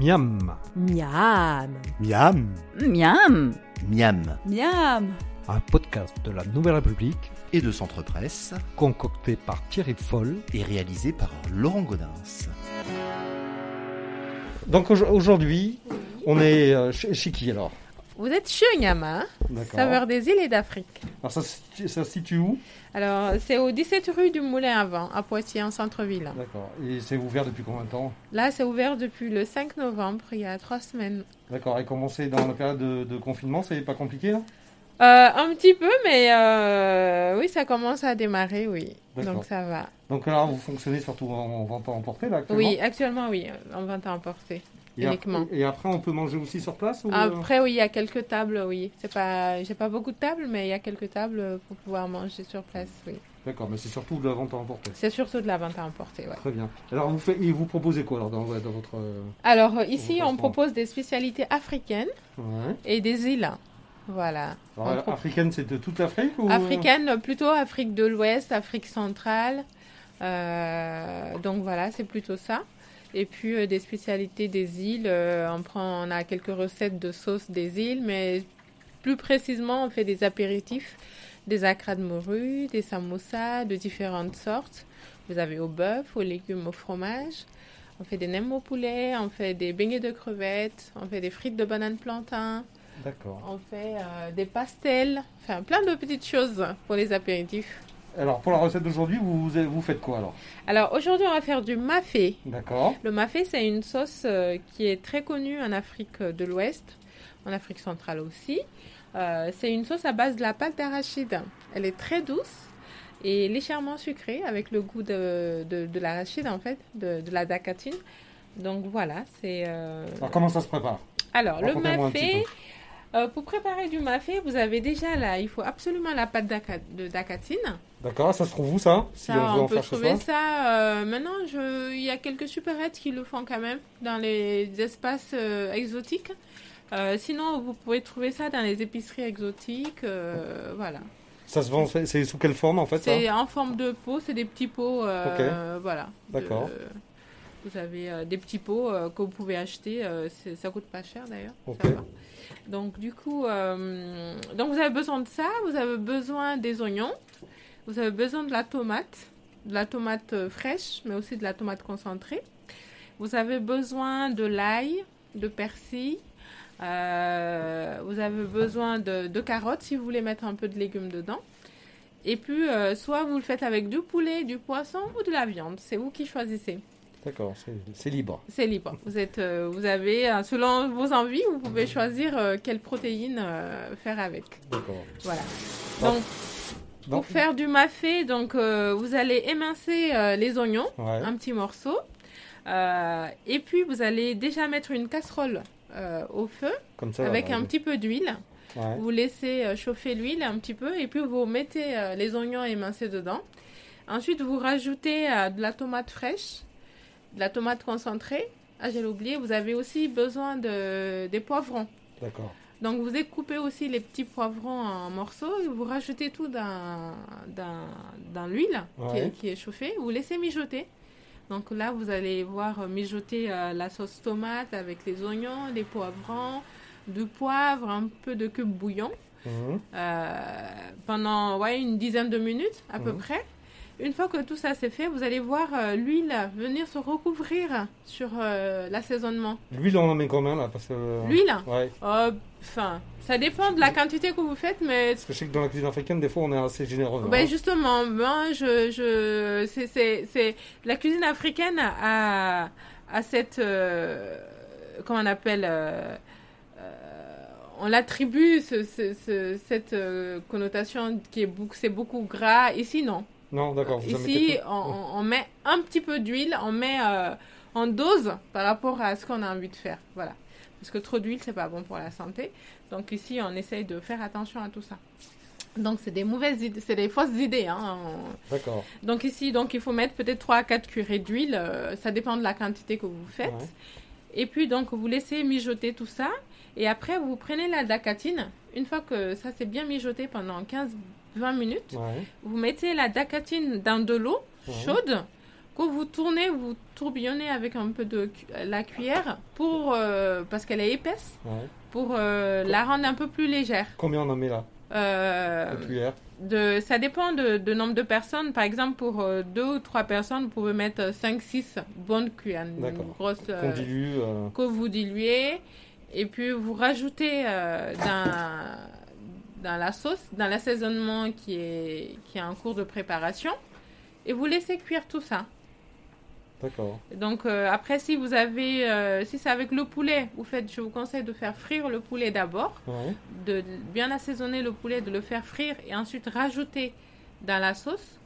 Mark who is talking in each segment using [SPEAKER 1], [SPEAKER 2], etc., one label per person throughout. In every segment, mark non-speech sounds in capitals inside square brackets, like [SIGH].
[SPEAKER 1] Miam.
[SPEAKER 2] Miam.
[SPEAKER 3] Miam.
[SPEAKER 4] Miam.
[SPEAKER 5] Miam
[SPEAKER 4] Miam.
[SPEAKER 1] Un podcast de la Nouvelle République
[SPEAKER 5] et de Centre Presse
[SPEAKER 1] concocté par Thierry Foll.
[SPEAKER 5] est réalisé par Laurent Godin.
[SPEAKER 1] Donc au- aujourd'hui, on est euh, chez, chez qui alors
[SPEAKER 2] Vous êtes Chunyama, saveur des îles et d'Afrique.
[SPEAKER 1] Alors ça, se situe- ça se situe où
[SPEAKER 2] Alors, c'est au 17 rue du Moulin à Vent, à Poitiers, en centre-ville.
[SPEAKER 1] D'accord. Et c'est ouvert depuis combien de temps
[SPEAKER 2] Là, c'est ouvert depuis le 5 novembre, il y a trois semaines.
[SPEAKER 1] D'accord. Et commencer dans la période de, de confinement, c'est pas compliqué là
[SPEAKER 2] Euh, un petit peu, mais euh, oui, ça commence à démarrer, oui.
[SPEAKER 1] D'accord.
[SPEAKER 2] Donc, ça va.
[SPEAKER 1] Donc là, vous fonctionnez surtout en, en vente à emporter là actuellement
[SPEAKER 2] Oui, actuellement, oui, on va t'emporter.
[SPEAKER 1] Et ap-
[SPEAKER 2] uniquement.
[SPEAKER 1] Et, après, on peut manger aussi sur place ou, euh,
[SPEAKER 2] Après, oui, il y a quelques tables, oui. C'est pas, j'ai pas beaucoup de tables, mais il y a quelques tables pour pouvoir manger sur place, oui.
[SPEAKER 1] D'accord, mais c'est surtout de la vente à emporter.
[SPEAKER 2] C'est surtout de la vente à emporter, ouais.
[SPEAKER 1] Très bien. Alors, vous, faites, et vous proposez quoi alors dans, dans votre. euh,
[SPEAKER 2] Alors euh, ici,
[SPEAKER 1] Intéressant.
[SPEAKER 2] on propose des spécialités africaines
[SPEAKER 1] ouais.
[SPEAKER 2] et des îles. Voilà.
[SPEAKER 1] Alors,
[SPEAKER 2] On
[SPEAKER 1] euh,
[SPEAKER 2] pro-
[SPEAKER 1] africaine, c'est de toute l'Afrique ou euh,
[SPEAKER 2] Africaines, euh, plutôt Afrique de l'Ouest, Afrique centrale. Euh, donc voilà, c'est plutôt ça. Et puis euh, des spécialités des îles. euh, on, prend, on a quelques recettes de sauces des îles, mais plus précisément, on fait des apéritifs, des acras de morue, des samosas de différentes sortes. Vous avez au bœuf, aux légumes, au fromage. On fait des nems au poulet, on fait des beignets de crevettes, on fait des frites de banane plantain.
[SPEAKER 1] D'accord.
[SPEAKER 2] On fait euh, des pastels, enfin plein de petites choses pour les apéritifs.
[SPEAKER 1] Alors, pour la recette d'aujourd'hui, vous, vous, vous faites quoi alors
[SPEAKER 2] Alors aujourd'hui, on va faire du mafé.
[SPEAKER 1] D'accord.
[SPEAKER 2] Le mafé, c'est une sauce euh, qui est très connue en Afrique de l'Ouest, en Afrique centrale aussi. Euh, c'est une sauce à base de la pâte d'arachide. Elle est très douce et légèrement sucrée avec le goût de, de- de l'arachide en fait, de, de la dacatine. Donc voilà, c'est... euh,
[SPEAKER 1] Alors, comment ça se prépare
[SPEAKER 2] Alors, le
[SPEAKER 1] Racontez-moi un petit
[SPEAKER 2] mafé, euh, pour préparer du mafé, vous avez déjà là, il faut absolument la pâte d'aca- de dacatine.
[SPEAKER 1] D'accord, ça se trouve où ça Si
[SPEAKER 2] Ça,
[SPEAKER 1] on veut
[SPEAKER 2] on,
[SPEAKER 1] en
[SPEAKER 2] peut
[SPEAKER 1] faire chez
[SPEAKER 2] trouver
[SPEAKER 1] soi.
[SPEAKER 2] ça. euh, maintenant, je- il y a quelques supérettes qui le font quand même dans les espaces euh, exotiques. Euh, sinon, vous pouvez trouver ça dans les épiceries exotiques. euh, voilà.
[SPEAKER 1] Ça se vend, c'est c'est sous quelle forme en fait ça
[SPEAKER 2] C'est en forme de pot, c'est des petits pots. euh, Voilà. de-
[SPEAKER 1] D'accord.
[SPEAKER 2] vous avez euh, des petits pots euh, que vous pouvez acheter. euh, c'est- ça coûte pas cher d'ailleurs. ça
[SPEAKER 1] Ok.
[SPEAKER 2] va. Donc du coup, euh, donc vous avez besoin de ça. Vous avez besoin des oignons. Vous avez besoin de la tomate, de la tomate euh, fraîche, mais aussi de la tomate concentrée. Vous avez besoin de l'ail, de persil. euh, vous avez besoin de, de carottes si vous voulez mettre un peu de légumes dedans. Et puis, euh, soit vous le faites avec du poulet, du poisson ou de la viande. C'est vous qui choisissez.
[SPEAKER 1] D'accord, c'est- c'est libre.
[SPEAKER 2] C'est libre. Vous, êtes, euh, vous avez, euh, selon vos envies, vous pouvez choisir euh, quelle protéine euh, faire avec.
[SPEAKER 1] D'accord.
[SPEAKER 2] Voilà.
[SPEAKER 1] Bon.
[SPEAKER 2] Donc,
[SPEAKER 1] Bon.
[SPEAKER 2] pour faire du mafé, donc, euh, vous allez émincer euh, les oignons,
[SPEAKER 1] Ouais.
[SPEAKER 2] un petit morceau. Euh, et puis, vous allez déjà mettre une casserole euh, au feu
[SPEAKER 1] Comme ça.
[SPEAKER 2] avec
[SPEAKER 1] là,
[SPEAKER 2] un
[SPEAKER 1] ouais.
[SPEAKER 2] petit peu d'huile.
[SPEAKER 1] Ouais.
[SPEAKER 2] Vous laissez euh, chauffer l'huile un petit peu et puis vous mettez euh, les oignons émincés dedans. Ensuite, vous rajoutez euh, de la tomate fraîche, de la tomate concentrée. Ah, j'ai oublié, vous avez aussi besoin de, des poivrons.
[SPEAKER 1] D'accord.
[SPEAKER 2] Donc, vous découpez aussi les petits poivrons en morceaux et vous rajoutez tout dans, dans, dans l'huile qui,
[SPEAKER 1] Ouais.
[SPEAKER 2] est- qui est chauffée. Vous laissez mijoter. Donc là, vous allez voir euh, mijoter euh, la sauce tomate avec les oignons, les poivrons, du poivre, un peu de cube bouillon.
[SPEAKER 1] Mhm.
[SPEAKER 2] Euh, pendant ouais, une dizaine de minutes à peu
[SPEAKER 1] Mhm.
[SPEAKER 2] près. Une fois que tout ça c'est fait, vous allez voir euh, l'huile venir se recouvrir sur euh, l'assaisonnement.
[SPEAKER 1] L'huile, on en met combien là Parce que.
[SPEAKER 2] L'huile,
[SPEAKER 1] Ouais.
[SPEAKER 2] euh, enfin, ça dépend de la quantité que vous faites, mais
[SPEAKER 1] Parce que je sais que dans la cuisine africaine, des fois, on est assez généreux. hein.
[SPEAKER 2] ben justement, ben, je, je, c'est- c'est- c'est- la cuisine africaine a, a cette, euh, comment on appelle, euh, euh, on l'attribue ce- ce- ce- cette euh, connotation qui est beaucoup, c'est beaucoup gras. Ici non.
[SPEAKER 1] Non, d'accord. vous en mettez
[SPEAKER 2] Ici,
[SPEAKER 1] tout.
[SPEAKER 2] on, on- on met un petit peu d'huile, on met euh, en dose par rapport à ce qu'on a envie de faire. Voilà. Parce que trop d'huile, c'est pas bon pour la santé. Donc ici, on essaye de faire attention à tout ça. Donc c'est des mauvaises idées, c'est des fausses idées. hein. On-
[SPEAKER 1] D'accord.
[SPEAKER 2] Donc ici, donc il faut mettre peut-être 3 à 4 cuillerées d'huile. euh, ça dépend de la quantité que vous faites.
[SPEAKER 1] Ouais.
[SPEAKER 2] Et puis donc vous laissez mijoter tout ça. Et après, vous prenez la dacatine. Une fois que ça s'est bien mijoté pendant 15-20 minutes,
[SPEAKER 1] Ouais.
[SPEAKER 2] vous mettez la dacatine dans de l'eau
[SPEAKER 1] Ouais.
[SPEAKER 2] chaude que vous tournez, vous tourbillonnez avec un peu de cu- la cuillère pour euh, parce qu'elle est épaisse
[SPEAKER 1] Ouais.
[SPEAKER 2] pour euh, la rendre un peu plus légère.
[SPEAKER 1] Combien on en met là
[SPEAKER 2] Euh,
[SPEAKER 1] La cuillère
[SPEAKER 2] de, ça dépend de, de nombre de personnes. Par exemple, pour euh, deux ou trois personnes, vous pouvez mettre 5-6 bonnes cuillères,
[SPEAKER 1] D'accord.
[SPEAKER 2] une grosse euh,
[SPEAKER 1] Qu'on dilue. euh,
[SPEAKER 2] que vous diluez et puis vous rajoutez euh, dans, dans la sauce, dans l'assaisonnement qui est, qui est en cours de préparation et vous laissez cuire tout ça.
[SPEAKER 1] D'accord.
[SPEAKER 2] Donc euh, après, si vous avez, euh, si c'est avec le poulet, vous faites, je vous conseille de faire frire le poulet d'abord,
[SPEAKER 1] Ouais.
[SPEAKER 2] de bien assaisonner le poulet, de le faire frire et ensuite rajouter dans la sauce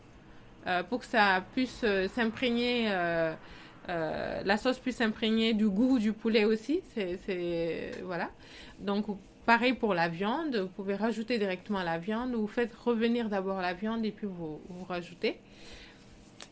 [SPEAKER 2] euh, pour que ça puisse euh, s'imprégner, euh, euh, la sauce puisse s'imprégner du goût du poulet aussi. C'est, c'est- voilà. Donc pareil pour la viande, vous pouvez rajouter directement la viande ou vous faites revenir d'abord la viande et puis vous, vous rajoutez.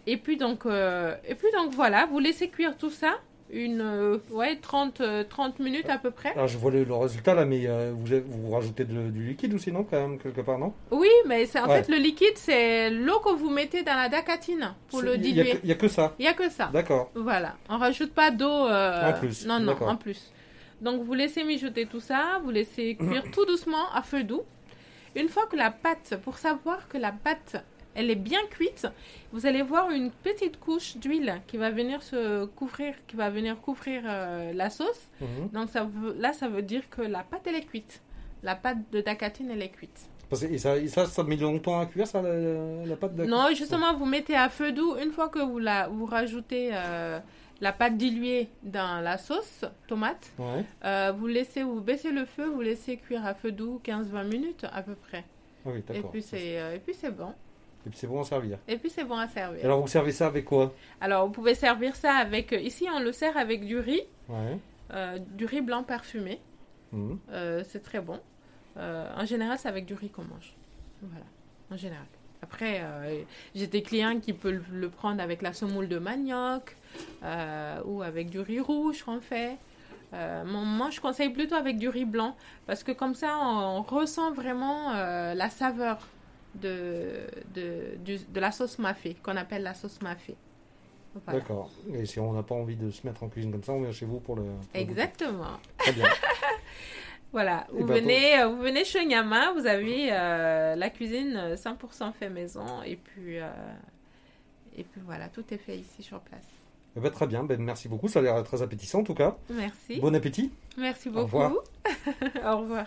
[SPEAKER 2] Et puis donc, euh, et puis donc voilà, vous laissez cuire tout ça une euh, ouais 30 euh, 30 minutes à peu près.
[SPEAKER 1] Alors, Ah, je vois le, le résultat là, mais euh, vous, avez- vous rajoutez de- du liquide aussi, non, quand même, quelque part, non
[SPEAKER 2] Oui, mais c'est en
[SPEAKER 1] Ouais.
[SPEAKER 2] fait le liquide, c'est l'eau que vous mettez dans la dacatine pour le
[SPEAKER 1] C'est- il y a
[SPEAKER 2] diluer.
[SPEAKER 1] que- Il n'y a, que ça.
[SPEAKER 2] Il y a que ça.
[SPEAKER 1] D'accord.
[SPEAKER 2] Voilà, on rajoute pas d'eau. euh,
[SPEAKER 1] En plus,
[SPEAKER 2] Non, non,
[SPEAKER 1] d'accord.
[SPEAKER 2] en plus. Donc vous laissez mijoter tout ça, vous laissez cuire tout doucement à feu doux. Une fois que la pâte, pour savoir que la pâte, elle est bien cuite, vous allez voir une petite couche d'huile qui va venir se couvrir, qui va venir couvrir euh, la sauce.
[SPEAKER 1] Mhm.
[SPEAKER 2] Donc ça veut- là, ça veut dire que la pâte, elle est cuite. La pâte de dacatine, elle est cuite.
[SPEAKER 1] Parce que- et ça, et ça, ça met longtemps à cuire, ça, la, la pâte de...
[SPEAKER 2] Non, justement, vous mettez à feu doux une fois que vous, la, vous rajoutez euh, la pâte diluée dans la sauce tomate.
[SPEAKER 1] Ouais.
[SPEAKER 2] euh, vous laissez, vous baissez le feu, vous laissez cuire à feu doux 15-20 minutes à peu près.
[SPEAKER 1] Ah oui,
[SPEAKER 2] Et
[SPEAKER 1] d'accord.
[SPEAKER 2] puis c'est euh, et puis c'est bon.
[SPEAKER 1] Et puis, c'est bon à servir.
[SPEAKER 2] Et puis c'est bon à servir.
[SPEAKER 1] Et alors, vous servez ça avec quoi
[SPEAKER 2] Alors vous pouvez servir ça avec. Ici on le sert avec du riz,
[SPEAKER 1] Ouais.
[SPEAKER 2] euh, du riz blanc parfumé.
[SPEAKER 1] Mhm.
[SPEAKER 2] Euh, c'est très bon. Euh, en général, c'est avec du riz qu'on mange. Voilà, en général. Après, euh, j'ai des clients qui peuvent le prendre avec la semoule de manioc euh, ou avec du riz rouge qu'on fait. Euh, moi- moi, je conseille plutôt avec du riz blanc parce que comme ça, on, on ressent vraiment euh, la saveur de, de, du- de la sauce mafé, qu'on appelle la sauce mafé. Voilà.
[SPEAKER 1] D'accord. Et si on n'a pas envie de se mettre en cuisine comme ça, on vient chez vous pour le. pour le
[SPEAKER 2] Exactement.
[SPEAKER 1] goûter. Très bien.
[SPEAKER 2] Voilà,
[SPEAKER 1] Eh
[SPEAKER 2] vous,
[SPEAKER 1] ben,
[SPEAKER 2] venez, euh, vous venez chez Nyama, vous avez euh, la cuisine euh, 100% fait maison et puis, euh, et puis voilà, tout est fait ici sur place.
[SPEAKER 1] Eh ben, très bien. Ben, merci beaucoup. Ça a l'air très appétissant en tout cas.
[SPEAKER 2] Merci,
[SPEAKER 1] Bon appétit.
[SPEAKER 2] merci
[SPEAKER 1] au
[SPEAKER 2] beaucoup.
[SPEAKER 1] revoir.
[SPEAKER 2] [LAUGHS] Au revoir.